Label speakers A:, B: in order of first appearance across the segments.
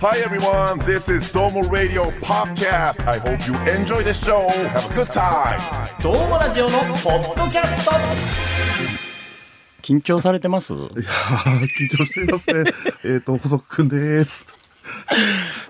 A: Hi everyone, this is Domo Radio Podcast. I hope you enjoy the show. Have a good time.
B: どうもラジオのポッドキャスト緊張されてます
C: あー緊張しています ね。えっと、細くくんです。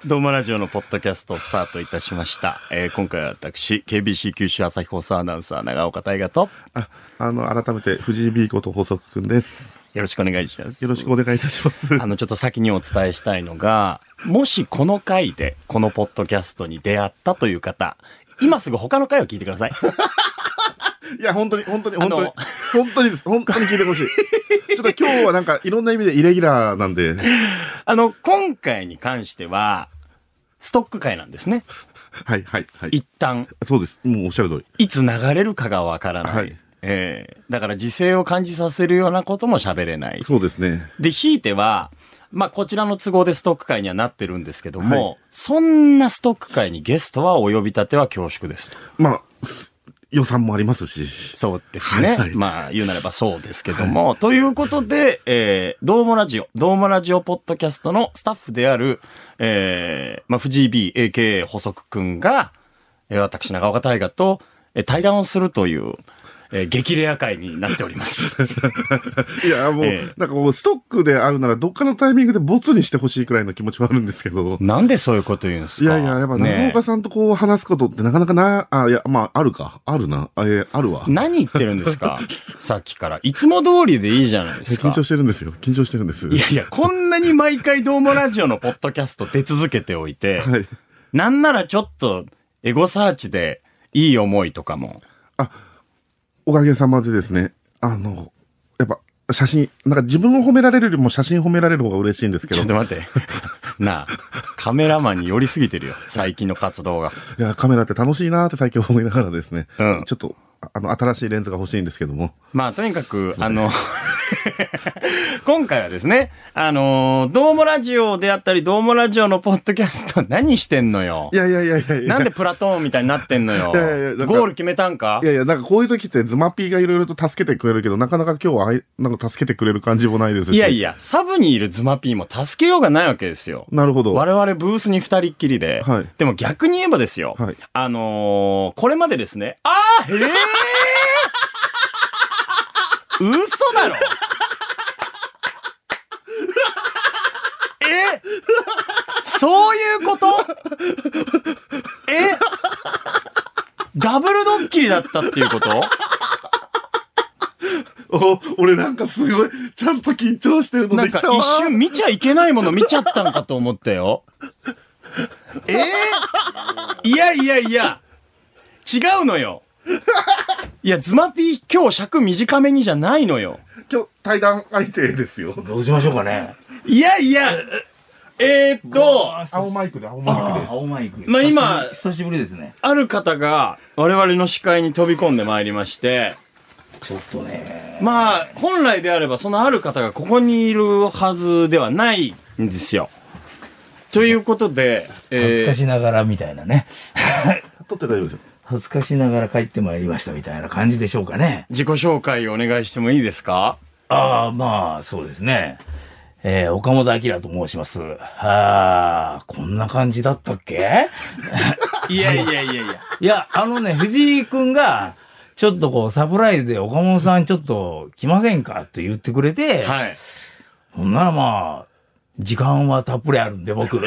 B: どうもラジオのポッドキャストスタートいたしました、えー今回は私 KBC 九州朝日放送アナウンサー長岡大河と
C: あ、あの、改めて、藤井 B こと細くくんです。
B: よろしくお願いします
C: よろしくお願いいたします。
B: あのちょっと先にお伝えしたいのがもしこの回でこのポッドキャストに出会ったという方今すぐ他の回を聞いてください
C: いや、本当に、本当に、
B: あ
C: 本
B: の
C: 当に、本当にです。本当に聞いてほ しい。ちょっと今日はなんか、いろんな意味でイレギュラーなんで、は
B: あの今回に関してはストック回なんですね
C: い、はい、はい。
B: 一旦
C: そうです。もうおっしゃる通り。
B: いつ流れるかがわからない。
C: はい
B: ええだから時勢を感じさせるようなことも喋れない。
C: そうですね。
B: で、ひいては、まあ、こちらの都合でストック会にはなってるんですけども、
C: は
B: そんなストック会にゲストはお呼び立ては恐縮ですと。
C: まあ、す予算もありますし、
B: そうですね。
C: はいはい
B: まあ、言うなればそうですけども。ということで、えー、どうもラジオ、どうもラジオポッドキャストのスタッフである、えー、まあ、藤井 B、AKA 補足くんが、えー私、長岡大河と、えー対談をするという、えー激レア会になっております。
C: いや、もう、
B: ええ
C: なんかもう、ストックであるなら、どっかのタイミングでボツにしてほしいくらいの気持ちはあるんですけど、
B: なんでそういうこと言うんですか
C: いやいや、やっぱ長
B: ねえ
C: 岡さんとこう話すことってなかなかな、あ、いや、まあ、あるか。あるな。あえーあるわ。
B: 何言ってるんで すかさっきから。いつも通りでいいじゃないですか
C: 緊。張してるんですよ。緊張してるんです。
B: いやいや、こんなに毎回どうもラジオのポッドキャスト出続けておいて、
C: はい。
B: なんならちょっとエゴサーチでいい思いと かも。
C: おかげさまでですね、あの、やっぱ、写真、なんか自分を褒められるよりも写真褒められる方が嬉しいんですけ
B: ち
C: ど
B: ょっ、と待って。 なあ、カメラマンに寄りすぎてるよ。最近の活動が。
C: いや、カメラって楽しいなーって最近思いながらですね、
B: うん
C: ちょっと、ああの、新しいレンズが欲しいんですけども、
B: まあ、とにかく、あの、 今回はですね、あの、どうもラジオであったり、どうもラジオのポッドキャスト 何してんのよ
C: い。やいやいやいやいや。
B: なんでプラトーンみたいになってんのよ。
C: いやいやいやなんか
B: ゴール決めたんか
C: いやいや、なんかこういう時ってズマピーがいろいろと助けてくれるけど、なかなか今日はあい、なんか助けてくれる感じもないですし。
B: いやいや、サブにいるズマピーも助けようがないわけですよ。
C: なるほど。
B: 我々ブースに二人っきりで、
C: はい
B: でも逆に言えばですよ、
C: はい
B: あのーこれまでですね、あーへえ嘘だろえそういうことえダブルドッキリだったっていうこと
C: お俺なんかすごい、ちゃんと緊張してるの
B: な
C: で
B: ん
C: きた
B: か
C: わー
B: 一瞬見ちゃいけないもの見ちゃったんかと思ったよ。えー、いやいやいや、違うのよ。いや、ズマピー今日尺短めにじゃないのよ。
C: 今日対談相手ですよ。
D: どうしましょうかね。
B: いやいや、えーっと、
C: 青マイクで、青マイク
D: あ
C: で。
D: 青マイク。
B: まあ今
D: 久し久しぶりですね。
B: ある方が我々の視界に飛び込んでまいりまして、
D: ちょっとね。
B: まあ、本来であればそのある方がここにいるはずではないんですよ。ということで、
D: 恥ず
B: え
D: かしながらみたいなね。
C: 撮って大丈夫ですよ。
D: 恥ずかしながら帰ってまいりましたみたいな感じでしょうかね。
B: 自己紹介をお願いしてもいいですか
D: ああ、まあ、そうですね。えー、岡本明と申します。ああ、こんな感じだったっけ
B: いやいやいやいや。
D: いや、あのね、藤井くんが、ちょっとこう、サプライズで岡本さんちょっと来ませんかって言ってくれて、
B: はい。
D: ほんならまあ、時間はたっぷりあるんで僕、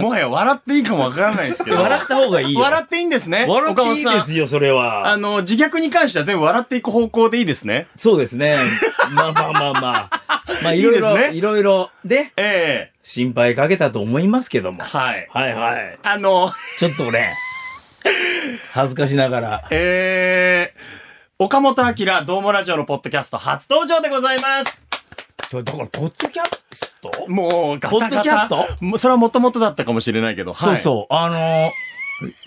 B: もはや笑っていいかもわからないですけど。
D: 笑った方がいいよ。
B: 笑っていいんですね。
D: 笑っていい
B: 岡
D: で
B: 本さん
D: すよ、それは。
B: あの、自虐に関しては全部笑っていく方向でいいですね。
D: そうですね。まあまあまあまあ。まあ、
B: い
D: い
B: い
D: ろ
B: で
D: い
B: す
D: ろ、
B: ね
D: いろいろで、
B: え
D: 心配かけたと思いますけども。
B: えはい。
D: はいはい。
B: あの、
D: ちょっとね、恥ずかしながら。
B: ええ岡本明、どうもラジオのポッドキャスト初登場でございます。
D: ちょだから、ポッドキャスト、
B: もう、ガタガタ。
D: ポッドキャスト
B: もうそれはもともとだったかもしれないけど、
D: そう
B: う。
D: そう、あのー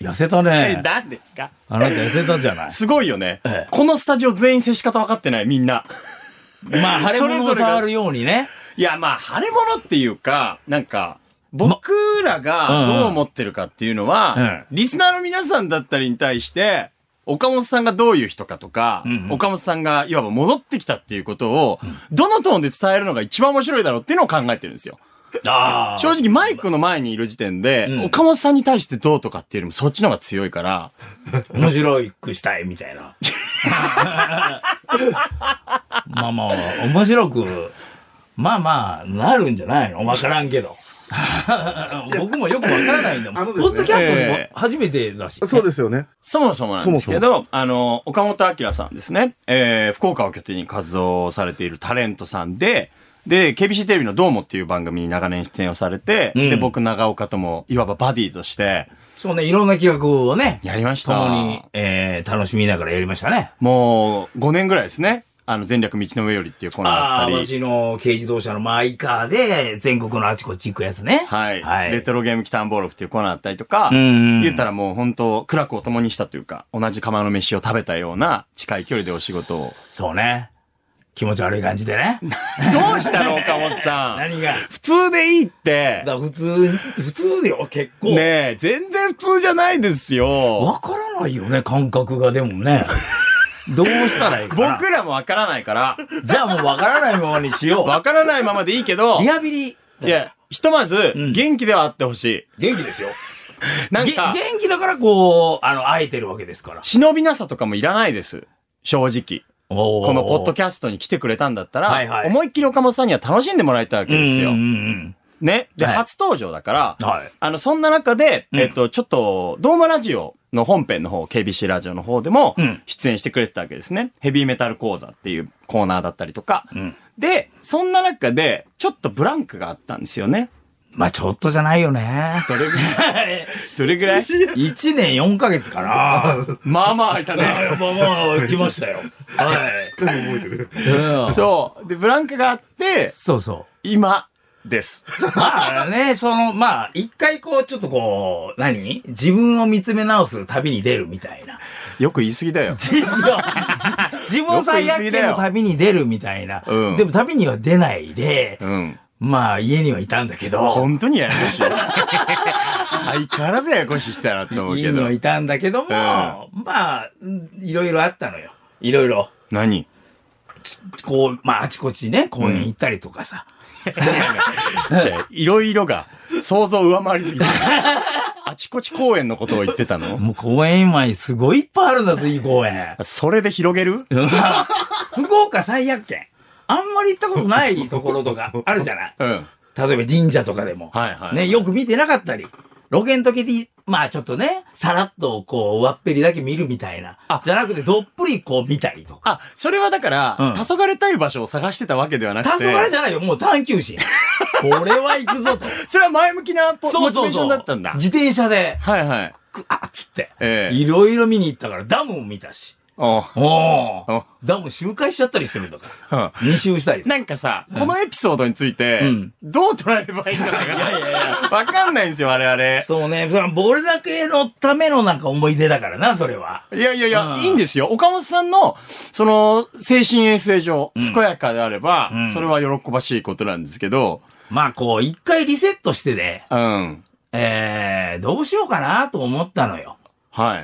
D: 痩せた
B: え、
D: ね。
B: 何ですか
D: あなた痩せたじゃない。
B: すごいよね、
D: ええ
B: このスタジオ全員接し方分かってない、みんな。
D: まあ、
B: そ
D: 腫れ
B: れ
D: 物
B: ぞ
D: を
B: れが
D: 触るようにね。
B: いや、まあ、腫れ物っていうか、なんか、僕らがどう思ってるかっていうのは、
D: うんうん
B: リスナーの皆さんだったりに対して、岡本さんがどういう人かとか、
D: うんうん
B: 岡本さんがいわば戻ってきたっていうことを、どのトーンで伝えるのが一番面白いだろうっていうのを考えてるんですよ。
D: ああ。
B: 正直マイクの前にいる時点で、
D: うん
B: 岡本さんに対してどうとかっていうよりもそっちの方が強いから、
D: 面白いくしたいみたいな。まあまあ、面白く、まあまあ、なるんじゃないのわからんけど。 僕もよくわからないんだも
C: あ
D: ん。
C: の
D: ポ
C: ですね
D: ッドキャスト
B: え
D: も初めてだし。
C: そうですよね。
B: そもそもなんですけど、
C: そ
B: あの、岡本明さんですね、えー福岡を拠点に活動されているタレントさんで、で、KBC テレビのどうもっていう番組に長年出演をされて、
D: うん
B: で、僕長岡とも、いわばバディとして、
D: そうね、いろんな企画をね、
B: やりました。
D: 共に、えー、楽しみながらやりましたね。
B: もう、5年ぐらいですね。あの、全略道の上よりっていうコーナーだ
D: ああー、
B: ったり、
D: 私の軽自動車のマイカーで、全国のあちこち行くやつね。
B: はい、
D: はい。
B: レトロゲームキタンボーロクっていうコーナーだったりとか、
D: うん。
B: 言ったらもう本当苦楽を共にしたというか、同じ釜の飯を食べたような近い距離でお仕事 を。
D: そうね。気持ち悪い感じ でね。
B: どうしたの岡本さん。
D: 何が。
B: 普通でいいって
D: だ。から普通、普通だよ、結構。
B: ねえ、全然普通じゃないですよ。
D: わからないよね、感覚がでも ね。どうしたらいいかな。
B: 僕らもわからないから、
D: じゃあもうわからないままにしよ
B: わからないままでいいけど
D: う。、リハビリ。
B: いや、ひとまず
D: うん
B: 元気ではあってほしい。
D: 元気ですよ。
B: なん
D: げ
B: か
D: 元、気だからこう、あの、会えてるわけですから。
B: 忍びなさとかもいらないです。正直。
D: こ
B: このポッド
D: ャ
B: キャストに来てくれたんだったら、
D: はいはい
B: 思いっきり岡本さんには楽しんでもらいたいわけですよ。
D: うんうん
B: ね。で、
D: はい
B: 初登場だから
D: うん。、はい。
B: あの、そんな中で、
D: うん
B: えっと、ちょっと、ドーマラジオの本編の方、KBC ラジオの方でも
D: うん、
B: 出演してくれてたわけですね。ヘビーメタル講座っていうコーナーだったりとか。
D: うん。
B: で、そんな中で、ちょっとブランクがあったんですよね。
D: まあちょっとじゃないよね。
B: どれぐらい どれぐらい
D: 1年4ヶ月か な。
B: まあまあ空いた
D: あ
B: ね。
D: やっぱもう来ましたよ。はい。
C: 覚えてる。
D: うん
B: そう。で、ブランクがあって、
D: そうそう。
B: 今、です。
D: まあね、その、まあ、一回こう、ちょっとこう、何自分を見つめ直す旅に出るみたい な。
B: よく言い過ぎだよ。
D: 自自分最悪の旅に出るみたいな。
B: うん
D: でも旅には出ないで、
B: うん。
D: まあ、家にはいたんだけど、
B: 本当にややこしい。相変わらずややこしい人やなって思う
D: 家
B: け
D: に
B: ど
D: は。いたんだけども、
B: ん
D: まあ、いろいろあったのよ。いろいろ。
B: 何
D: こう、まあ、あちこちね、公園行ったりとかさ。
B: じゃあ、いろいろが想像を上回りす ぎて。あちこち公園のことを言ってたの
D: もう公園今すごいいっぱいあるんだぞ、いい公園。
B: それで広げる
D: 福岡最悪圏。あんまり行ったこ とないところとかあるじゃない
B: うん。はい
D: 例えば神社とかでも。
B: はい。
D: ね、よく見てなかったり。ロケの時に、まあちょっとね、さらっとこう、わっぺりだけ見るみたいな
B: あ。
D: じゃなくて、どっぷりこう見たりとか。
B: あ、それはだから、
D: うん
B: 黄昏たい場所を探してたわけではなくて。
D: 黄昏じゃないよ、もう探 求心。これは行くぞと。
B: それは前向きなポ
D: そうそう
B: モチベーショ
D: そ
B: ン
D: う。
B: だったんだ。
D: 自転車で、
B: はいはい。
D: くあっつって、
B: ええ
D: いろいろ見に行ったから、ダムも見たし。
B: おう
D: お
B: お
D: ーダム周回しちゃったりしてるんだから。
B: う
D: 二周したりとか。
B: なんかさ、このエピソードについて、
D: うん
B: どう捉えればいいのかが、わかんないんですよ、我々。
D: そうね。それは俺だけのためのなんか思い出だからな、それは。
B: いやいやいや、
D: うん
B: いいんですよ。岡本さんの、その、精神衛生上、健やかであれば、
D: うん
B: それは喜ばしいことなんですけど、
D: まあこう、一回リセットしてね、
B: うん。
D: えー、どうしようかなと思ったのよ。
B: は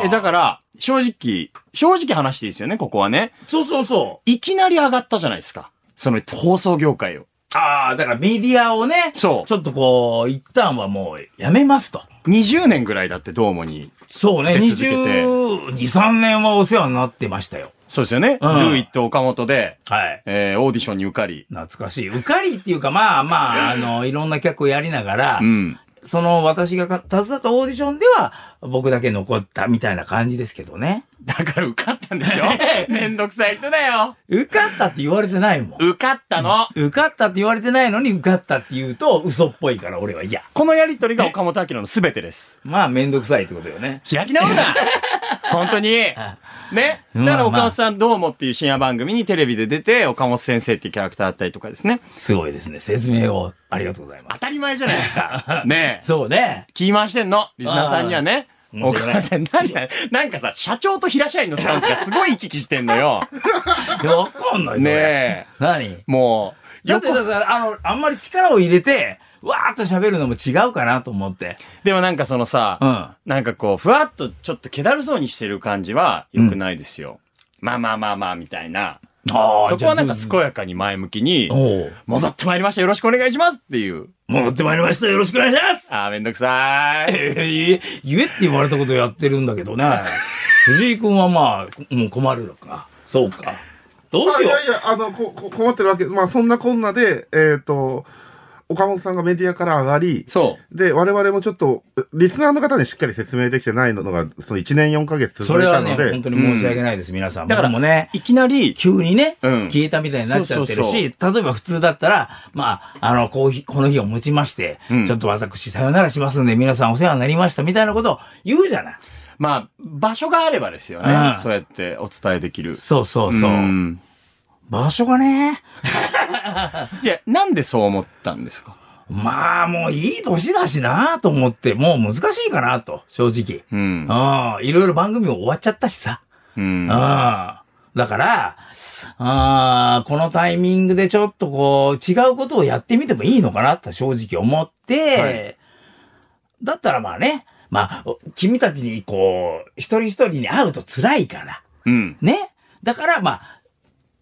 B: い。
D: うん。
B: え、だから、正直、正直話していいですよね、ここはね。
D: そうそうそ
B: いきなり上がったじゃないですか。その放送業界を。
D: う。ああ、だからメディアをね、
B: そう
D: ちょっとこう、一旦はもうやめますと。
B: 20年ぐらいだってどうもに。
D: そうね、
B: 出続けて
D: 22、3年はお世話になってましたよ。
B: そうですよね。
D: うん
B: Do It 岡本で、
D: はい。
B: えー、オーディションに受かり。
D: 懐かしい。受かりっていうか、まあまあ、あの、いろんな客をやりながら、
B: うん。
D: その私がか携わったオーディションでは、僕だけ残ったみたいな感じですけどね。
B: だから受かったんでし ょめんどくさい人だよ。
D: 受かったって言われてないもん。
B: 受かったの。
D: 受かったって言われてないのに受かったって言うと嘘っぽいから俺は嫌。
B: このやりとりが岡本明の全てです。
D: まあめんどくさいってことよね。
B: 開き直る な本当に。ね。だか
D: まあま
B: ら
D: あ
B: 岡本さんどうもっていう深夜番組にテレビで出て、岡本先生っていうキャラクターだったりとかです ね。
D: すごいですね。説明をありがとうございま
B: 当
D: す。
B: たり前じゃないですか。 ねえ。
D: そう ね。
B: キーマンしてんの。リスナーさんにはね。
D: あー
B: お母さん、なんだ、なんかさ、社長と平社員のスタンスがすごい行き来してんの よ。
D: いやわかんないそれ。
B: ねえ。
D: 何
B: もう、
D: だって
B: 横
D: だからあの、あんまり力を入れて、わーっと喋るのも違うかなと思って。
B: でもなんかそのさ、
D: うん
B: なんかこう、ふわっとちょっと気だるそうにしてる感じは良くないですよ。まあまあまあまあ、みたいな。
D: あ
B: そこはなんか
D: す
B: 健やかに前向きに、
D: おう
B: 戻ってまいりました。よろしくお願いしますっていう。
D: 戻ってまいりました。よろしくお願いします
B: あー、めんどくさーい。
D: えー言えって言われたことやってるんだけどね。藤井君はまあ、もう困るのか。そうか。どう
C: あ
D: し
C: い
D: よ
C: やいや、あの、ここ困ってるわけ。まあ、そんなこんなで、えっ、と、岡本さんがメディアから上がり、
B: そ
C: で、我々もちょっと、リスナーの方にしっかり説明できてないのが、その1年4ヶ月
D: う。そ
C: 続い
D: れ
C: た
D: は
C: の
D: ね、
C: で、
D: 本当に申し訳ないです、皆さん。
B: だか
D: だかららもうね、
B: う。いきなり、
D: 急にね、
B: うん
D: 消えたみたいになっちゃって
B: そ
D: る
B: うそう
D: し、例えば普通だったら、まあ、あの、こうひこの日をもちまして、
B: うん
D: ちょっと私さよならしますんで、皆さんお世話になりましたみたいなことを言うじゃない。
B: まあ、場所があればですよ
D: う
B: ね
D: ん。
B: そうやってお伝えできる。
D: そうそうそう。
B: ん
D: 場所がね、
B: いや、なんでそう思ったんですか
D: まあもういい年だしなと思って、もう難しいかなと、正直。
B: うん。
D: うん、いろいろ番組も終わっちゃったしさ。
B: うん
D: うん。だから、あーこのタイミングでちょっとこう、違うことをやってみてもいいのかなって正直思って、
B: は
D: だったらまあね、まあ、お君たちにこう、一人一人に会うと辛いから、
B: うん。
D: ね。だからまあ、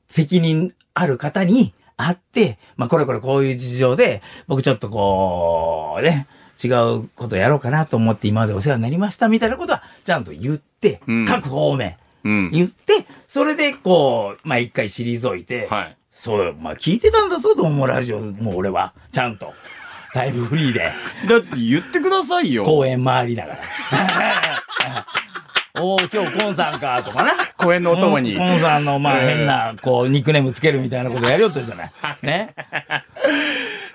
D: 責任ある方に会って、まあこれこれこういう事情で、僕ちょっとこう、ね、違うことやろうかなと思って今までお世話になりましたみたいなことはちゃんと言って、
B: うん
D: 各方面
B: うん。
D: 言って、それでこう、まあ一回退いて、
B: はい。
D: そう、まあ聞いてたんだぞと思うラジオ、もう俺は、ちゃんと。タイムフリーで、
B: だって言ってくださいよ。
D: 公園回りながら。 おお今日コンさんか、とかな。
B: 公園のお供に
D: コ。ンさんの、まあ、
B: うん
D: 変な、こう、ニックネームつけるみたいなことやりよったじ ゃない。ね。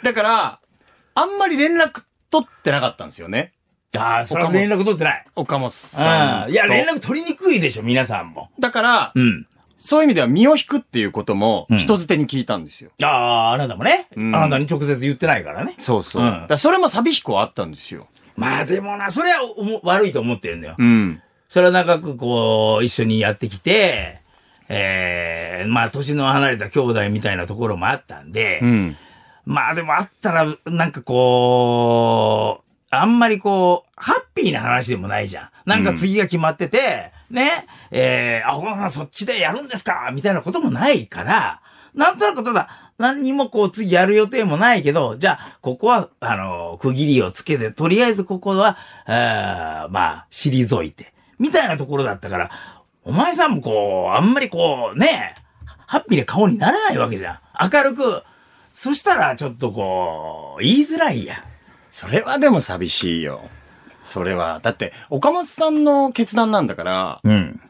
B: だから、あんまり連絡取ってなかったんですよね。
D: ああ、それは
B: 岡本
D: 連絡取ってない。
B: 岡本
D: うん。い
B: さんと。
D: や、連絡取りにくいでしょ、皆さんも。
B: だから、
D: うん。
B: そういう意味では身を引くっていうことも
D: うん
B: 人づてに聞いたんですよ。
D: ああ、あなたもね。
B: うん
D: あなたに直接言ってないからね。
B: そうそうだからそれも寂しくはあったんですよ。
D: まあ、でもな、それはおも悪いと思ってるんだよ。
B: うん。
D: それは長くこう、一緒にやってきて、ええまあ、年の離れた兄弟みたいなところもあったんで、
B: うん。
D: まあでもあったら、なんかこう、あんまりこう、ハッピーな話でもないじゃん。なんか次が決まってて、ね、えー、あ、ほらさんそっちでやるんですかみたいなこともないから、なんとなくただ、何にもこう次やる予定もないけど、じゃあ、ここは、あの、区切りをつけて、とりあえずここは、あーまあ、退いて、みたいなところだったから、お前さんもこう、あんまりこう、ね、ハッピーな顔にならないわけじゃん。明るく。そしたら、ちょっとこう、言いづらいや。
B: それはでも寂しいよ。それは。だって、岡本さんの決断なんだから、
D: うん。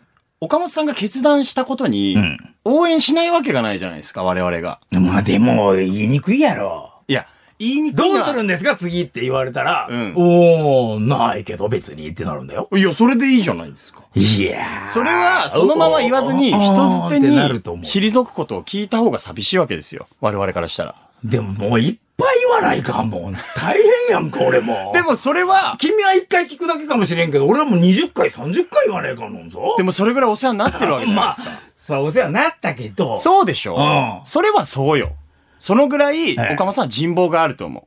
B: 岡本さんが決断したことに
D: うん、
B: 応援しないわけがないじゃないですか、我々が。
D: まあでも、言いにくいやろ。
B: いや、言いにくい
D: どう
B: な
D: するんですか次って言われたら、
B: うん
D: おー、ないけど別にってなるんだよ。
B: いや、それでいいじゃないですか。
D: いやー
B: それは、そのまま言わずに、
D: おー
B: 人づてに
D: ってなると思う。
B: 退くことを聞いた方が寂しいわけですよ。我々からしたら。
D: でももういっぱい言わないかも。大変やんか、俺も。
B: で、もそれは、
D: 君は一回聞くだけかもしれんけど、俺はもう20回、30回言わないかもんぞ。
B: でもそれぐらいお世話になってるわけじゃない
D: ま
B: で
D: あ
B: すか。、
D: さあお世話になったけど、
B: そうでしょ、
D: うん
B: それはそうよ。そのぐらい、
D: ええ
B: 岡本さんは人望があると思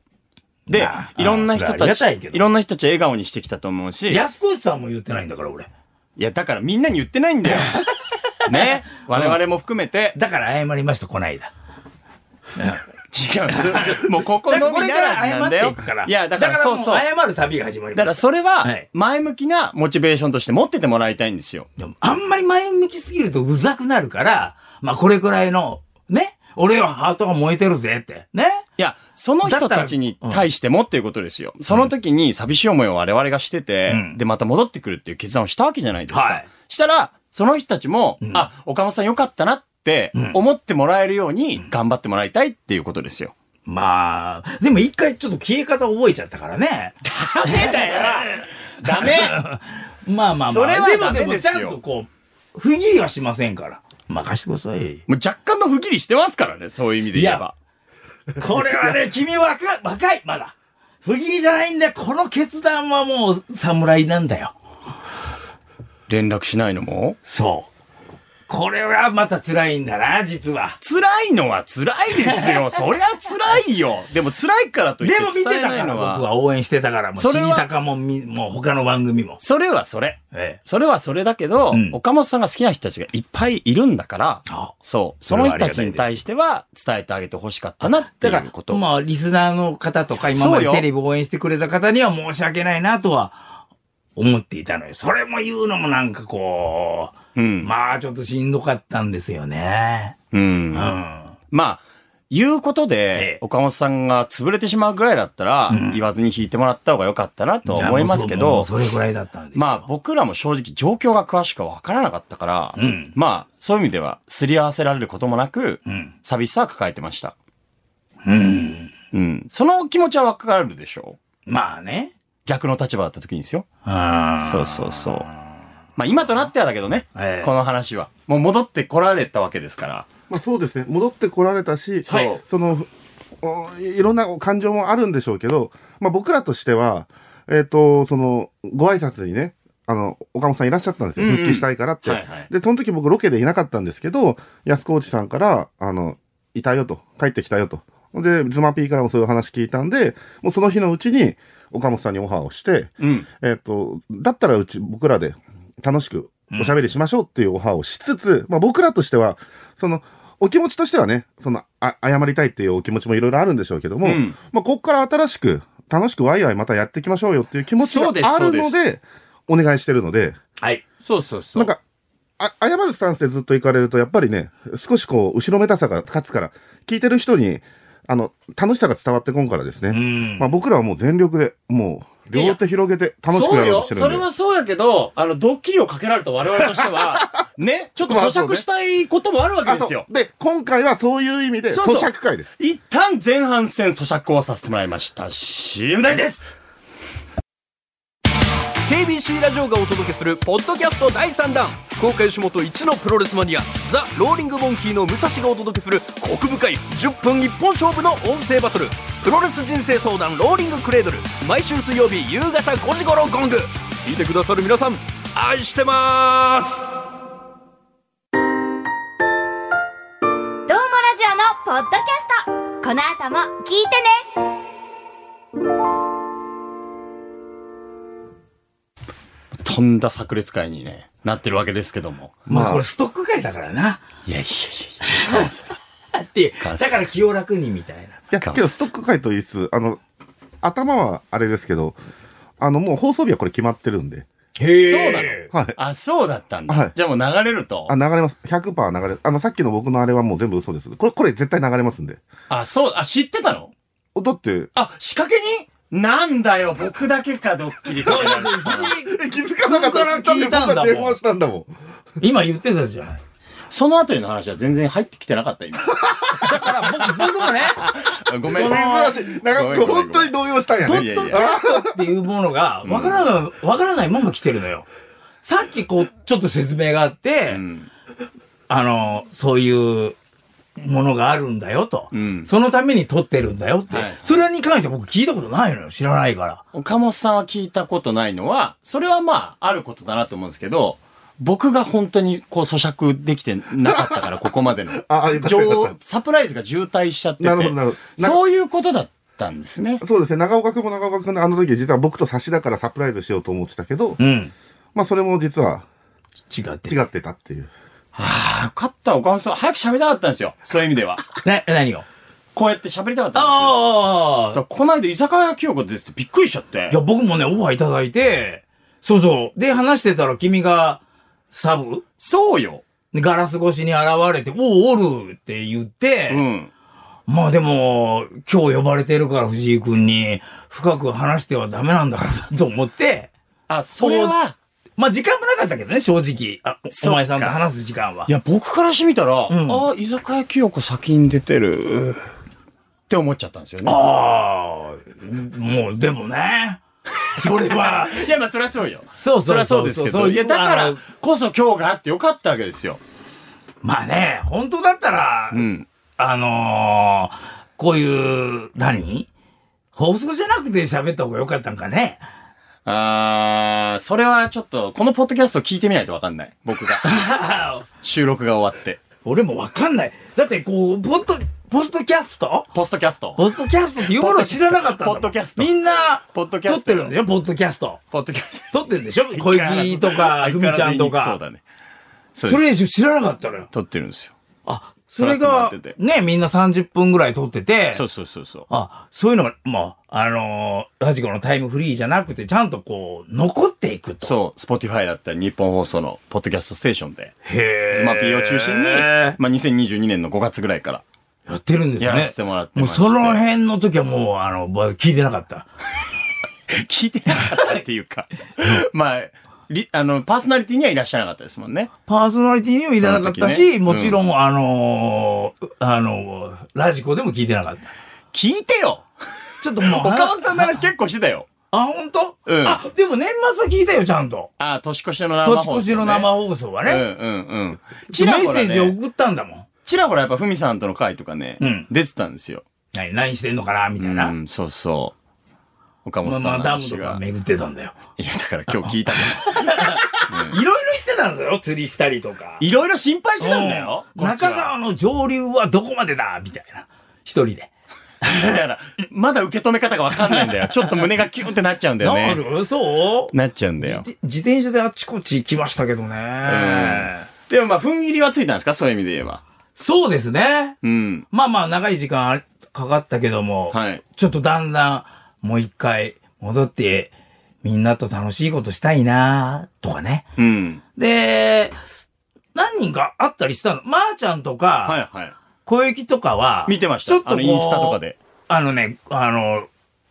B: う。で
D: まあ、
B: いろんな人
D: ああり
B: た
D: が
B: ち、
D: たい
B: い
D: けど
B: ろんな人たちを笑顔にしてきたと思うし、いや、
D: 安越さんも言ってないんだから、俺。
B: だからみんなに言ってないんだ よ。ね。我々も含めて、
D: だから謝りました、こないだ。
B: 違う。もうここ
D: だか
B: の
D: らこ
B: み
D: れ
B: な
D: から
B: ず
D: ら
B: な
D: 謝
B: ん
D: っ
B: だ
D: て
B: よ
D: いくから。。
B: いや、だからそうそう。
D: だからもう謝る旅が始まり
B: だか
D: まし
B: ら
D: た。
B: それは
D: はい
B: 前向きなモチベーションとして持っててもらいたいんですよ。
D: でもあんまり前向きすぎるとうざくなるから、まあこれくらいの、ね、俺はハートが燃えてるぜって、ね。
B: いや、その
D: だ
B: 人
D: ったら
B: たちに対してもっていうことですよ。その時に寂しい思いを我々がしてて、
D: うん
B: で、また戻ってくるっていう決断をしたわけじゃないですか。
D: はい
B: したら、その人たちも、
D: うん
B: あ、岡本さんよかったなって
D: うん
B: 思ってもらえるように頑張ってもらいたいっていうことですよ。
D: まあ、でも一回ちょっと消え方覚えちゃったからね。
B: ダメだ よダメ
D: まあまあまあ。
B: それは
D: でも
B: ダメ
D: でも
B: です
D: ち
B: よ
D: ゃんとこう、不義理はしませんから。任してください。
B: もう若干の不義理してますからね、そういう意味で言えば。
D: これはね、 君若い、若い、まだ。不義理じゃないんだよ。この決断はもう侍なんだよ。
B: 連絡しないのも
D: そう。これはまた辛いんだな、実は。
B: 辛いのは辛いです よ。そりゃ辛いよ。でも辛いからといっ
D: で
B: て
D: も見
B: 伝
D: て
B: え
D: た
B: な
D: か
B: い
D: ら、
B: の
D: 僕
B: は。
D: は応援してたから、もう、
B: そ
D: 死
B: れは
D: にたかもみ、もう他の番組も。
B: それはそれ。
D: ええ。
B: それはそれだけど、
D: うん
B: 岡本さんが好きな人たちがいっぱいいるんだから、
D: あ
B: そう。その人たちに対しては伝えてあげてほしかったなって
D: だ
B: い
D: か
B: うこ
D: ら、
B: と。
D: まあ、リスナーの方とか、今ま
B: そう
D: で
B: よ
D: テレビ応援してくれた方には申し訳ないなとは思っていたのよ。それも言うのもなんかこ
B: う
D: う、
B: ん。
D: まあ、ちょっとしんどかったんですよね。
B: う。
D: うんん。
B: まあ、言うこと
D: ええ
B: で、岡本さんが潰れてしまうぐらいだったら、
D: うん
B: 言わずに弾いてもらった方が良かったなと思いますけ
D: やも
B: ど
D: う、そもうそれぐらいだったんですよ。
B: まあ僕らも正直状況が詳しくは分からなかったから、
D: うん
B: まあそういう意味ではすり合わせられることもなく、
D: うん。
B: 寂しさは抱えてました。
D: うん。
B: うん。その気持ちは分かるでしょ
D: まあね。
B: 逆の立場だった時にですよ。
D: あ
B: そうそうそう。まあ今となってはだけどね、
D: ええ
B: この話は。もう戻ってこられたわけですから。
C: まあ、そうですね戻ってこられたし、
B: はい
C: そのおいろんな感情もあるんでしょうけど、まあ、僕らとしては、えっとそのご挨拶にねあの岡本さんいらっしゃったんですよ、
B: うんうん
C: 復帰したいからって、
B: はいはい
C: でその時僕ロケでいなかったんですけど安河内さんからあのいたよと帰ってきたよとでズマピーからもそういう話聞いたんでもうその日のうちに岡本さんにオファーをして、
B: うん。
C: えっとだったらうち僕らで楽しくおしゃべりしましょうっていうオファーをしつつ、まあ、僕らとしてはそのお気持ちとしてはねそのあ謝りたいっていうお気持ちもいろいろあるんでしょうけども、
B: うん
C: まあ、ここから新しく楽しくワイワイまたやっていきましょうよっていう気持ちが
B: そうです
C: あるの
B: そう
C: でお願いしてるので
D: はい。
B: そうそうそ
C: なんかあ謝るスタンスでずっと行かれるとやっぱりね少しこう後ろめたさが勝つから聞いてる人にあの楽しさが伝わってこんからですね、
D: うん
C: まあ、僕らはもう全力でもう両手広げて楽しくやろうとしてるんで。
B: そうよ。それはそうやけど、あの、ドッキリをかけられた我々としては、 ね、ちょっと咀嚼したいこともあるわけ
C: あ
B: です
C: そ
B: よ
C: う。で今回はそういう意味で
B: そうそう
C: 咀嚼会です
B: 一旦前半戦咀嚼をさせてもらいました CM だけです
E: KBC ラジオがお届けするポッドキャスト第3弾福岡吉本一のプロレスマニアザ・ローリング・モンキーの武蔵がお届けするコク深い10分一本勝負の音声バトルプロレス人生相談ローリング・クレードル毎週水曜日夕方5時頃ゴング聞いてくださる皆さん愛してます
F: どうもラジオのポッドキャストこの後も聞いてね
B: とんだ炸裂会に、ね、なってるわけですけども
D: まあ、これストック買いだからな。
B: いやいやいやいや
D: っていうだから気を楽にみたいな。
C: いや
B: かわい
C: け
B: そう
C: どストック会と言いつつあの頭はあれですけどあのもう放送日はこれ決まってるんで
D: へ
B: そうな
C: はい
B: あそうだったんだ、
C: はい
B: じゃあもう流れると
C: あ流れます100%流れあのさっきの僕のあれはもう全部嘘ですこれこれ絶対流れますんで
B: あそうあ知ってたの
C: おだって
B: あ仕掛け人なんだよ僕だけかドッキリかけられてた
C: え気づかなかった
D: 僕から聞いたん
C: って僕
D: だもん
C: が電話したんだもん
D: 今言ってたじゃない。
B: その後の話は全然入ってきてなかった今
D: だから僕僕もね、
B: ごめん
C: 珍しいなんか
B: ごめんごめんごめん
C: 本当に動揺したんや
D: ポ
B: ど
C: ね
B: いや
D: ッドキャストっていうものがわからない、わからないまま来てるのよ。さっきこう、ちょっと説明があって、
B: うん
D: あの、そういうものがあるんだよと。
B: うん
D: そのために撮ってるんだよって、
B: はい
D: それに関して僕聞いたことないのよ。知らないから。
B: 岡本さんは聞いたことないのは、それはまあ、あることだなと思うんですけど、僕が本当にこう咀嚼できてなかったから、ここまでの。
C: ああよかったよか
B: 情
C: っ
B: サプライズが渋滞しちゃってて。
C: なるほどなるほどな
B: そういうことだったんですね
C: た。そうですね長岡君も長岡君のあの時実は僕と差しだからサプライズしようと思ってたけど、
D: ん。
C: まあそれも実は
D: 違って。
C: 違ってたっていう
B: ああ、よかった、岡本さん。早く喋りたかったんですよ。そういう意味では。
D: な、何を
B: こうやって喋りたかったんですよ。だ
D: ああ
B: からこの間、居酒屋清子ですってびっくりしちゃって
D: いや、。僕もね、オファーいただいて、そうそう。で、話してたら君が、サブ
B: そうよ。
D: でガラス越しに現れて、おう、おるって言って、
B: うん。
D: まあでも、今日呼ばれてるから藤井君に、深く話してはダメなんだからなと思って、
B: あ、それは、
D: まあ時間もなかったけどね、正直。あお
B: そっか。
D: お前さんと話す時間はい
B: や、僕からしてみたら、
D: ん
B: ああ、居酒屋清子先に出てる。って思っちゃったんですよね。
D: ああ、もうでもね、それは、
B: いや、まあ、そりゃそうよ。
D: そう
B: そりゃそうですけど。いや、だからこそ今日があってよかったわけですよ。
D: まあね、本当だったら、
B: うん。
D: あのー、 こういう、何放送じゃなくて喋った方が良かったんかね。
B: あー、それはちょっと、このポッドキャストを聞いてみないとわかんない。僕 が。収録が終わって。
D: 俺もわかんない。だって、こう、ポッド、ポストキャスト
B: ポストキャスト。
D: ポストキャストっていうものを知らなかったんだもん
B: ポッドキャスト
D: みんな、
B: ポッドキャスト
D: 撮ってるんでしょポッドキャスト。
B: ポッドキャスト。
D: 撮ってるんでしょ小雪とか、ふみちゃんと
B: そう
D: か。
B: だね。そ
D: そう
B: です
D: れ知らなかったのよ。
B: 撮ってるんですよ。
D: あ、それ
B: 撮らせて
D: が
B: もらって、て
D: ね、みんな30分ぐらい撮ってて、
B: そうそうそうそう。
D: あ、そういうのが、まあ、あのーラジコのタイムフリーじゃなくて、ちゃんとこう、残っていくと。
B: そう、Spotify だったり、日本放送のポッドキャストステーションで、
D: へー
B: スマピーを中心に、
D: や
B: まあ、2022年の5月ぐらい から
D: ってるんですね。
B: やらせてもらって
D: も
B: ま
D: う
B: して
D: その辺の時はもう、あの、僕は聞いてなかった。
B: 聞いてなかったっていうか、 まあ、りあの、パーソナリティにはいらっしゃらなかったですもんね。
D: パーソナリティにもいらなかった
B: その
D: し、
B: 時ね
D: もちろん、あのーあのーラジコでも聞いてなかった。
B: 聞いてよ
D: ちょっともう。
B: 岡本さんの話結構してたよ。
D: あ、本当？
B: うん
D: あ、でも年末は聞いたよ、ちゃんと。
B: ああ、年越しの生放
D: 年
B: 送、ね。
D: 越しの生放送はね。
B: うんうんうん。
D: ち
B: ち
D: ら
B: ら
D: メ
B: ほ
D: ッ
B: ら、
D: セージを
B: ね、
D: 送ったんだもん。
B: ちらほらやっぱふみさんとの会とかね、
D: うん
B: 出てたんですよ。
D: 何、何してんのかなみたいな。
B: うん、そうそう。岡本
D: まあ
B: さんの
D: まあ、ダム
B: 話
D: と
B: が。
D: か巡ってたんだよ。
B: いや、だから今日聞い たから。
D: いろいろ言ってたんだよ。釣りしたりとか。
B: いろいろ心配してたんだよ。
D: うん中川
B: が。
D: の上流はどこまでだみたいな。一人で。
B: だから、まだ受け止め方がわかんないんだ よ。ちょっと胸がキュンってなっちゃうんだよ
D: な
B: ね。
D: るそう
B: なっちゃうんだよ。
D: で自転車であっちこっち行きましたけどね。
B: でもまあ、踏ん切りはついたんですかそういう意味で言えば。
D: そうですね。
B: うん。
D: まあまあ、長い時間かかったけども、
B: はい。
D: ちょっとだんだん、もう一回戻って、みんなと楽しいことしたいなとかね。
B: うん。
D: で、何人か会ったりしたの。まー、ちゃんとか、
B: はいはい。
D: 小雪とかは、
B: 見てました。
D: ちょっとこ
B: あ
D: う
B: の、インスタとかで。
D: あのね、あの、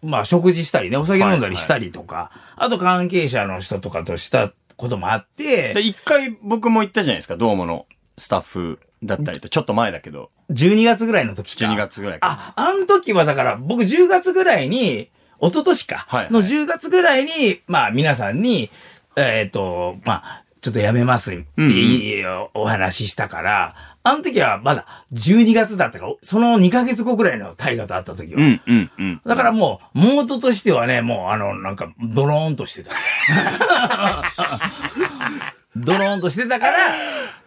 D: まあ、食事したりね、お酒飲んだりしたりとか、あと関係者の人とかとしたこともあって
B: で、、一回僕も行ったじゃないですか、ドームのスタッフだったりと、ちょっと前だけど、
D: 12月ぐらいの時か。
B: 12月ぐらいか。
D: あ、あの時はだから、僕10月ぐらいに、一昨年か、
B: はいはい
D: の10月ぐらいに、まあ皆さんに、えっ、と、まあ、ちょっとやめますって
B: うんうん
D: いいお話ししたから、あの時はまだ12月だったから、その2ヶ月後ぐらいの大河と会った時は。
B: うんうんうん。
D: だからもう、モードとしてはね、もうあの、なんか、ドローンとして た。ドローンとしてたから、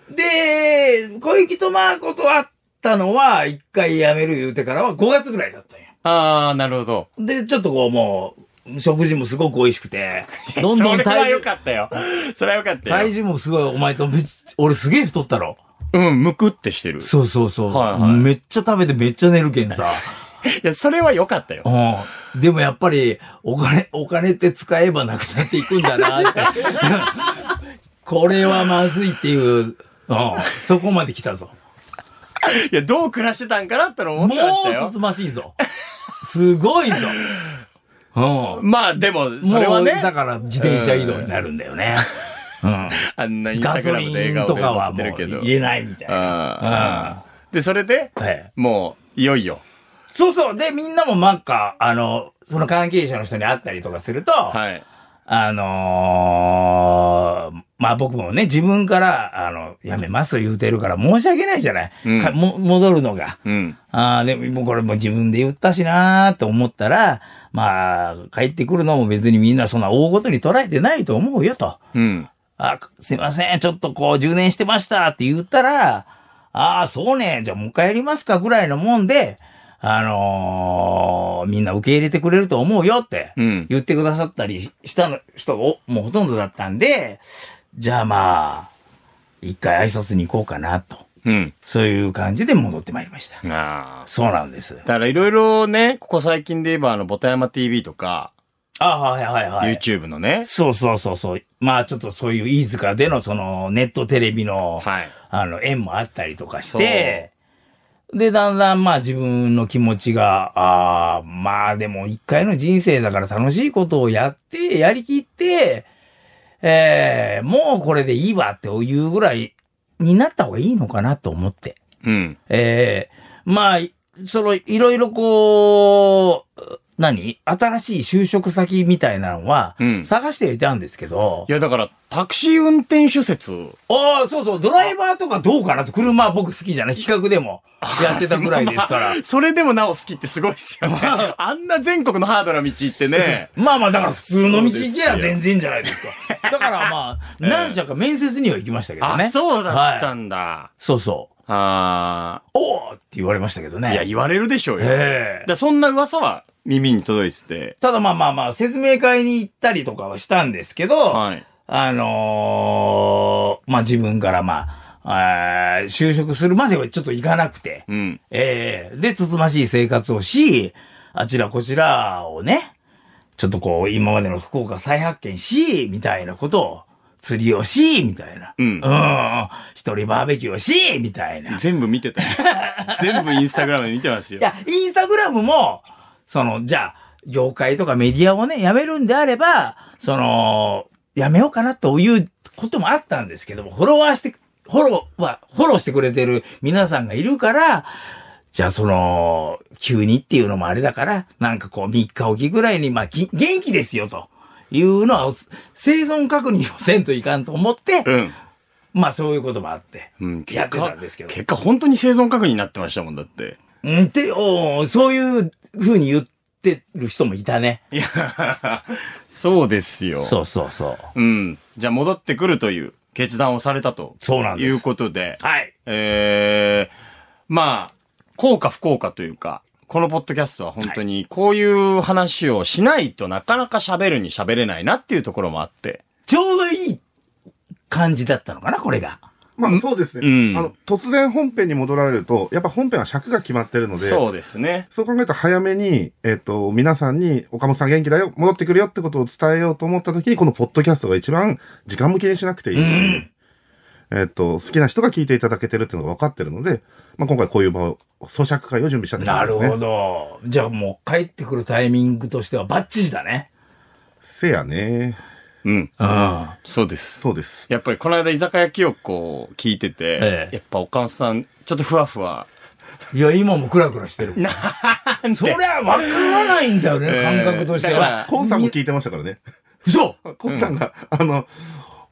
D: で、小雪とマーコと会ったのは、一回やめる言うてからは5月ぐらいだったんよ。
B: あー、なるほど。
D: で、ちょっとこうもう、食事もすごく美味しく て、どんど
B: それは
D: ん体
B: 良
D: 重、
B: かったよ。それは良かった
D: 体
B: よ。
D: 重もすごい、お前とめっちゃ、俺すげえ太ったろ。
B: うん、むくってしてる。い
D: そうそうそう。
B: はいはい
D: めっちゃ食べてめっちゃ寝るけんさ。
B: や、それは良かったよ。
D: うん。でもやっぱり、お金、お金って使えばなくなっていくんだなって。 これはまずいっていう、うん。そこまで来たぞ。
B: いや、どう暮らしてたんかなっての思っ
D: もう
B: てました
D: つ
B: よ
D: つ。ましいぞ。すごいぞ。うん。
B: まあ、でも、 それは
D: も
B: ね
D: う、だから自転車移動になるんだよね。うん。
B: あんなインス
D: ガ
B: タグ
D: ソ
B: ラムで
D: リ
B: 笑
D: ンと
B: 顔で
D: か
B: 載
D: は
B: せ
D: も
B: てるけ
D: う
B: ど。
D: 入れないみたいな。
B: あーで、それで、
D: はい
B: もう、いよいよ。
D: そうそう。で、みんなもなんか、あの、その関係者の人に会ったりとかすると、
B: はい。
D: あのーまあ僕もね、自分から、あの、やめます言うてるから申し訳ないじゃない。
B: うん
D: かも戻るのが。
B: うん。
D: ああ、でももうこれも自分で言ったしなーと思ったら、まあ、帰ってくるのも別にみんなそんな大ごとに捉えてないと思うよと。
B: うん。
D: あすいません、ちょっとこう充電してましたって言ったら、ああ、そうね、じゃあもう一回やりますかぐらいのもんで、あのーみんな受け入れてくれると思うよって
B: うん
D: 言ってくださったりしたの人がおもうほとんどだったんで、じゃあまあ、一回挨拶に行こうかなと。
B: うん。
D: そういう感じで戻ってまいりました。
B: ああ。
D: そうなんです。
B: だからいろいろね、ここ最近で言えばあの、ボタヤマ TV とか、
D: あはいはいはい。
B: YouTube のね。
D: そうそうそうそう。まあちょっとそういう飯塚でのそのネットテレビの、
B: はい。
D: あの、縁もあったりとかして、で、だんだんまあ自分の気持ちが、ああ、まあでも一回の人生だから楽しいことをやって、やりきって、えー、もうこれでいいわっていうぐらいになった方がいいのかなと思って。
B: うん。
D: ええまあ、いその、いろいろこう、何新しい就職先みたいなのは
B: う、ん
D: 探してはいたんですけど
B: い、や、だから、タクシー運転手説。
D: ああ、そうそう、ドライバーとかどうかなって、車僕好きじゃない企画でもやってたぐらいですから。
B: それでもなお好きってすごいっすよね。あんな全国のハードな道行ってね。
D: まあまあ、だから普通の道行けば全然いいんじゃないですか。だか らまあ、何社か面接には行きましたけど
B: あ、
D: ね。
B: そうだった
D: はい
B: んだ。
D: そうそう。
B: あ
D: おおって言われましたけど
B: あ。
D: ね。
B: いや、言われるでしょうよ。
D: ええ
B: でそんな噂は耳に届いてて。
D: ただまあまあまあ、説明会に行ったりとかはしたんですけど、
B: はい。
D: あのーまあ自分からまあ、あー就職するまではちょっと行かなくて、
B: うん。
D: ええで、つつましい生活をし、あちらこちらをね、ちょっとこう、今までの福岡再発見し、みたいなことを、釣りをし、みたいな。
B: うん
D: うん。一人バーベキューをし、みたいな。
B: 全部見てた よ。全部インスタグラムで見てますよ
D: い。や、インスタグラムも、その、じゃあ、業界とかメディアをね、やめるんであれば、その、やめようかなということもあったんですけども、フォロワーして、フォローは、フォローしてくれてる皆さんがいるから、じゃあその、急にっていうのもあれだから、なんかこう3日おきぐらいに、まあ、ぎ元気ですよと。いうのは、お生存確認をせんといかんと思って、
B: うん。
D: まあそういうこともあって、
B: うん、
D: やってたんですけど。
B: 結果本当に生存確認になってましたもんだって。
D: うん、て、おーそういう風に言ってる人もいたね。
B: いや、 そうですよ。
D: そうそうそう。
B: うん。じゃあ戻ってくるという決断をされたと。
D: そうなんです
B: いうことで。
D: はい。
B: えー、まあ、効果不効果というか、このポッドキャストは本当にこういう話をしないとなかなか喋るに喋れないなっていうところもあって。
D: ちょうどいい感じだったのかな、これが。
C: まあそうですね、
B: うん
C: あの突然本編に戻られるとやっぱ本編は尺が決まってるので
B: そうですね。
C: そう考えると早めに、えっ、と、皆さんに、岡本さん元気だよ、戻ってくるよってことを伝えようと思った時に、このポッドキャストが一番時間も気にしなくていいし、
D: うん
C: えっ、と、好きな人が聞いていただけてるっていうのが分かってるので、まあ、今回こういう場を、咀嚼会を準備したって
D: な
C: こと
D: る
C: ですね。
D: ほど。じゃあもう帰ってくるタイミングとしてはバッチリだね。
C: せやね。
B: うん。
D: うん。
B: そうです。
C: そうです。
B: やっぱりこの間居酒屋記憶を聞いてて、
D: ええ
B: やっぱ岡本さん、ちょっとふわふわ。
D: いや、今もクラクラしてる。そりゃわからないんだよね、
B: えー
D: 感覚として
B: だから
D: は。
C: コンさんも聞いてましたからね。
D: 嘘
C: コンさんが、あの、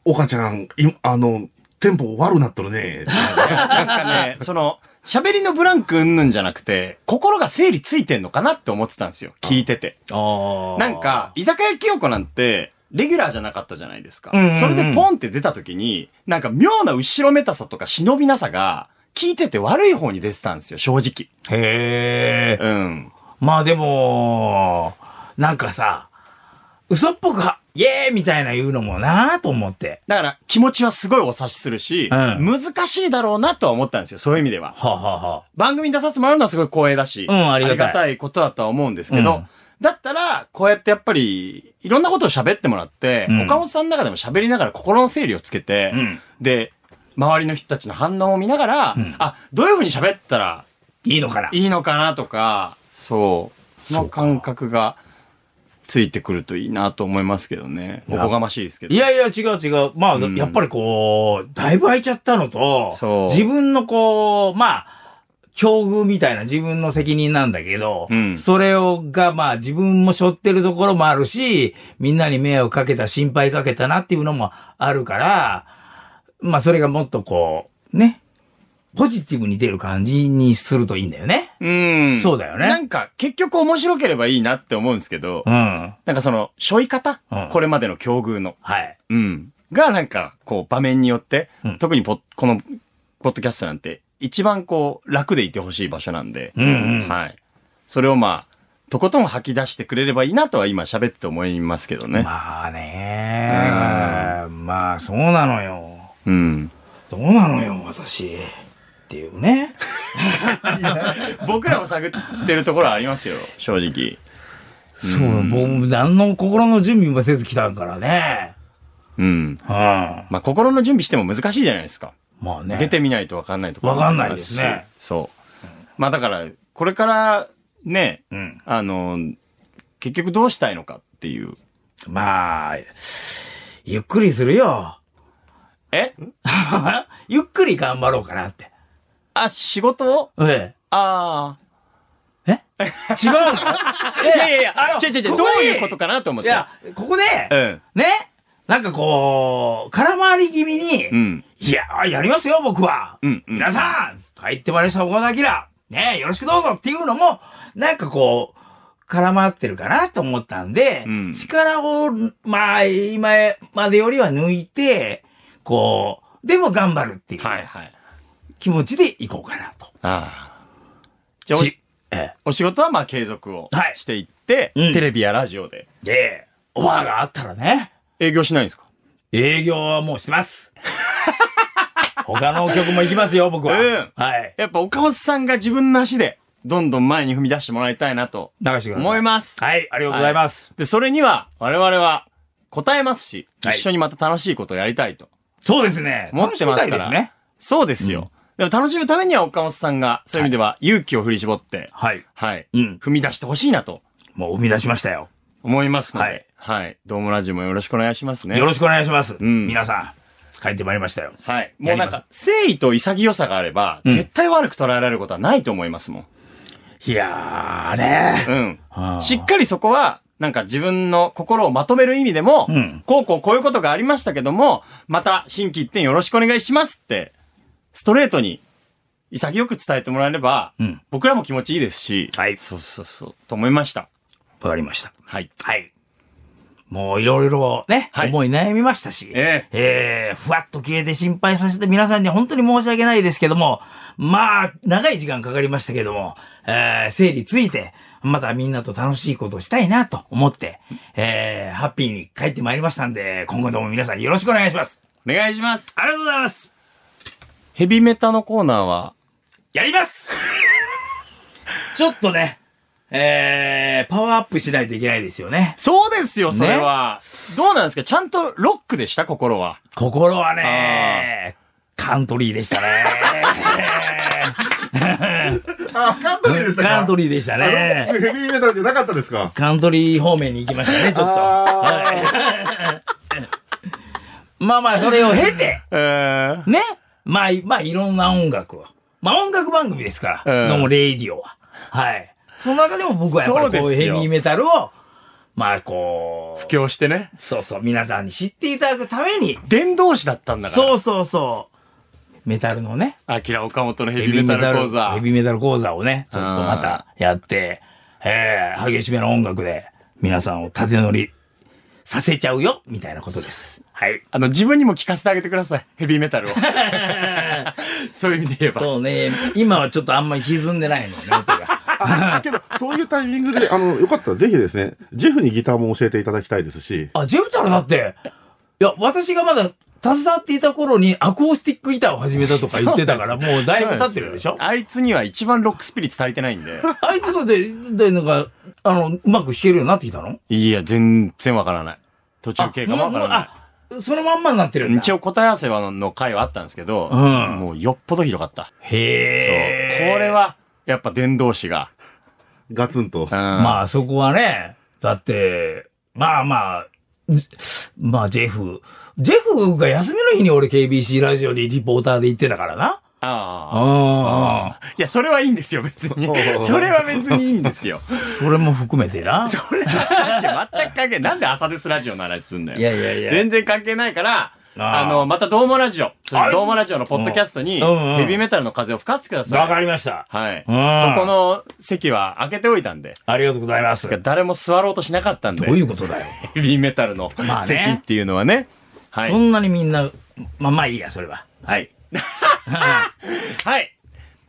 C: 岡ちゃん、いあの、テンポ悪なっとるね。
B: なんかね、その、喋りのブランクうんぬんじゃなくて、心が整理ついてんのかなって思ってたんですよ。聞いてて。
D: あ
B: なんか、、居酒屋清子なんて、レギュラーじゃなかったじゃないですか。
D: うんうんうん
B: それでポンって出た時に、なんか妙な後ろめたさとか忍びなさが、聞いてて悪い方に出てたんですよ、正直。
D: へえ。
B: うん。
D: まあでも、なんかさ、嘘っぽくは、イエーイみたいな言うのもなぁと思って。
B: だから、気持ちはすごいお察しするし、
D: うん
B: 難しいだろうなとは思ったんですよ、そういう意味では。
D: はあ、はあはあ、
B: 番組に出させてもらうのはすごい光栄だし、
D: うんありがたい
B: ことだとは思うんですけど、
D: うん
B: だったら、こうやってやっぱり、いろんなことを喋ってもらって、
D: うん
B: 岡本さんの中でも喋りながら心の整理をつけて、
D: うん
B: で、周りの人たちの反応を見ながら、
D: ん
B: あ、どういうふうに喋ったら
D: いいのかない
B: いのかなとか、そう、その感覚がついてくるといいなと思いますけどね。おこがましいですけど。
D: いやいや、違う違う。まあ、
B: うん
D: やっぱりこう、だいぶ空いちゃったのと
B: そう、
D: 自分のこう、まあ、境遇みたいな自分の責任なんだけど、
B: うん
D: それをがまあ自分も背負ってるところもあるし、みんなに迷惑かけた、心配かけたなっていうのもあるから、まあそれがもっとこう、ね、ポジティブに出る感じにするといいんだよね。
B: うん。
D: そうだよね
B: なんか、結局面白ければいいなって思うんですけど、
D: うん。
B: なんかその、背負い方、
D: うん
B: これまでの境遇の。
D: はい。
B: うん。が、なんか、こう、場面によって、
D: うん
B: 特にポッこの、ポッドキャストなんて、一番こう、楽でいてほしい場所なんで、
D: うんうん
B: はい。それをまあ、とことん吐き出してくれればいいなとは今喋ってて思いますけどね。
D: まあね、まあそうなのよ。
B: うん。
D: どうなのよ、私。っていうね。
B: 僕らも探ってるところはありますけど、正直。
D: そう、僕、何の心の準備もせず来たからね。
B: うん。
D: うん。ま
B: まあ、心の準備しても難しいじゃないですか。
D: あね。
B: 出てみないと分かんないところ
D: わかんないですね
B: そう。まあだから、これからね、
D: ん
B: あの、結局どうしたいのかっていう。
D: まあ、ゆっくりするよ。
B: え
D: ゆっくり頑張ろうかなって。
B: あ、仕事を
D: ええ。
B: ああ。
D: え違うの
B: いやいやいや
D: あの、
B: 違う違う違う、
D: こ
B: どう
D: こに
B: いうことかなと思っ
D: い
B: て。
D: や、ここで、
B: うん。
D: ね、なんかこう、空回り気味に、
B: うん。
D: いや、やりますよ、僕は。
B: うんうん
D: 皆さん、帰ってまいりました、岡田明。ねえ、よろしくどうぞっていうのも、なんかこう、絡まってるかなと思ったんで、
B: うん
D: 力を、まあ、今までよりは抜いて、こう、でも頑張るっていう
B: はいはい。
D: 気持ちでいこうかなと。
B: ああ。じゃあおし
D: しえ
B: お仕事はまあ継続を
D: はい
B: していって、
D: うん
B: テレビやラジオで。
D: えで、オファーがあったらね、
B: 営業しないんですか
D: 営業はもうし てます。他の曲も行きますよ、僕は。
B: うん
D: はい。
B: やっぱ岡本さんが自分の足で、どんどん前に踏み出してもらいたいなと
D: 流してください。
B: 思います。
D: はい、ありがとうございます。
B: で、それには我々は答えますし、
D: はい
B: 一緒にまた楽しいことをやりたいと。
D: そうですね。
B: 持ってますから
D: 楽しみたいですね。
B: そうですよ。でも楽しむためには岡本さんが、そういう意味では勇気を振り絞って、
D: はい。
B: はい。
D: うん
B: 踏み出してほしいなと
D: もう生み出しましたよ。
B: 思いますので、は
D: はいい。
B: どうもラジオもよろしくお願いしますね。
D: よろしくお願いします。
B: ん
D: 皆さん、帰ってまいりましたよ。
B: はい。も
D: や
B: う
D: り
B: なん
D: ます
B: か、誠意と潔さがあれば、
D: ん
B: 絶対悪く捉えられることはないと思いますもん。
D: いやーね
B: うん。
D: ー。
B: しっかりそこは、なんか自分の心をまとめる意味でも、
D: うん
B: こうこうこういうことがありましたけども、また新規一点よろしくお願いしますって、ストレートに潔く伝えてもらえれば、
D: うん
B: 僕らも気持ちいいですし、
D: はい
B: そうそうそう、と思いました。
D: わかりました。
B: はい。
D: はい。もういろいろね、
B: はい
D: 思い悩みましたし、
B: え
D: えーふわっと消えて心配させて皆さんに本当に申し訳ないですけども、まあ、長い時間かかりましたけども、えー整理ついて、またみんなと楽しいことをしたいなと思って、えーハッピーに帰ってまいりましたんで、今後とも皆さんよろしくお願いします。
B: お願いします。
D: ありがとうございます。
B: ヘビメタのコーナーは、
D: やります ちょっとね、えー、パワーアップしないといけないですよね。
B: そうですよ、それは。どうなんですかちゃんとロックでした心は。
D: 心はね、カントリーでした ね。
C: あ、カントリーでしたか
D: カントリーでした
C: あ
D: ね
C: の。ヘビーメタルじゃなかったですか
D: カントリー方面に行きましたね、ちょっと。
C: あ
D: はい、まあまあ、それを経て、
B: えー、
D: ね。まあ、まあ、いろんな音楽を。まあ、音楽番組ですか
B: うん
D: ら、のもレイディオは。はい。その中でも僕はやっぱりこ
B: そう
D: う
B: です
D: ヘビ
B: よ
D: ーメタルを、まあ、こう、
B: 今日してね。
D: そうそう、皆さんに知っていただくために、
B: 伝道師だったんだから。。
D: そううそうそう、メタルのね、
B: アキラ岡本のヘビメタル講座。
D: ヘビメタル講座をね、ちょっとまたやって、えー、激しめの音楽で皆さんを縦乗りさせちゃうよ、みたいなことです。はい。
B: あの、自分にも聞かせてあげてください。ヘビーメタ ルを。そういう意味で言えば。
D: そうね、今はちょっとあんまり歪んでないの ね、音が。
C: あ。けど、そういうタイミングで、あの、よかったらぜひですね、ジェフにギターも教えていただきたいですし、
D: あ、ジェフタルだって、いや、私がまだ、携わっていた頃にアコースティックギターを始めたとか言ってたから、もうだいぶ経ってるでしょ
B: あいつには一番ロックスピリッツ足りてないんで。
D: あいつだって、で、なんか、あの、うまく弾けるようになってきたの
B: いや、全然わからない。途中経過もわからない。
D: い。そのまんまになってるんだ。
B: 一応答え合わせはの回はあったんですけど、
D: うん
B: もうよっぽどひどかった。そう。
D: へえ。
B: これ。は、やっぱ伝道師が。
C: ガツンと。
B: ま
D: まあそこはね、だって、まあまあ、じまあジェフ、ジェフが休みの日に俺 KBC ラジオにリポーターで行ってたからな。
B: ああ。
D: ああ。
B: いや、それはいいんですよ、別に。それは別にいいんです よ。
D: それも含めて な。
B: それは全く関係ない。なんで朝ですラジオの話すんだよ。
D: いやいやいや。
B: 全然関係ないから、あ
D: あー
B: の、またドーモラジオ、そし
D: あ
B: て
D: れ
B: ドーモラジオのポッドキャストに、
D: うんうん
B: ヘビーメタルの風を吹かせてください。
D: わかりました。
B: はい。
D: うん
B: そこの席は開けておいたんで、
D: ありがとうございます。ど
B: 誰も座ろうとしなかったんで、
D: ういうことだよ。
B: ヘビーメタルの
D: まあ
B: 席
D: ね
B: っていうのはね。は
D: そ
B: い。
D: んなにみんな、まあまあいいや、それは。
B: はい。 はい。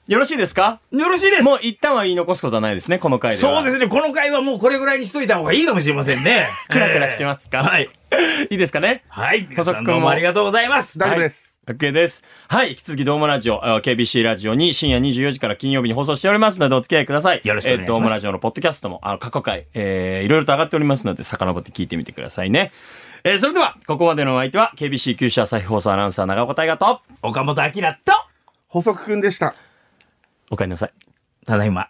B: よろしいですか
D: よろしいです。
B: もう一旦は言い残すことはないですね、この回では。。
D: そうですね。この回はもうこれぐらいにしといた方がいいかもしれませんね
B: クラクラしてますか、
D: はい。。
B: いいですかね
D: はい。皆さ
B: 細
D: ん
B: く
D: どうもありがとうございます。
C: 大丈夫
D: はい
C: です。
B: OK です。はい。引き続き、ドームラジオ、あ KBC ラジオに深夜24時から金曜日に放送しておりますので、お付き合いください。
D: よろしくお願いします
B: えードームラジオのポッドキャストも、あ過去回、えー、いろいろと上がっておりますので、遡って聞いてみてくださいね。えー、それでは、ここまでのお相手は、KBC 九州朝日放送アナウンサー長岡大和と、
D: 岡本明と、
C: 補足くんでした。
B: お帰りなさい。
D: ただいま。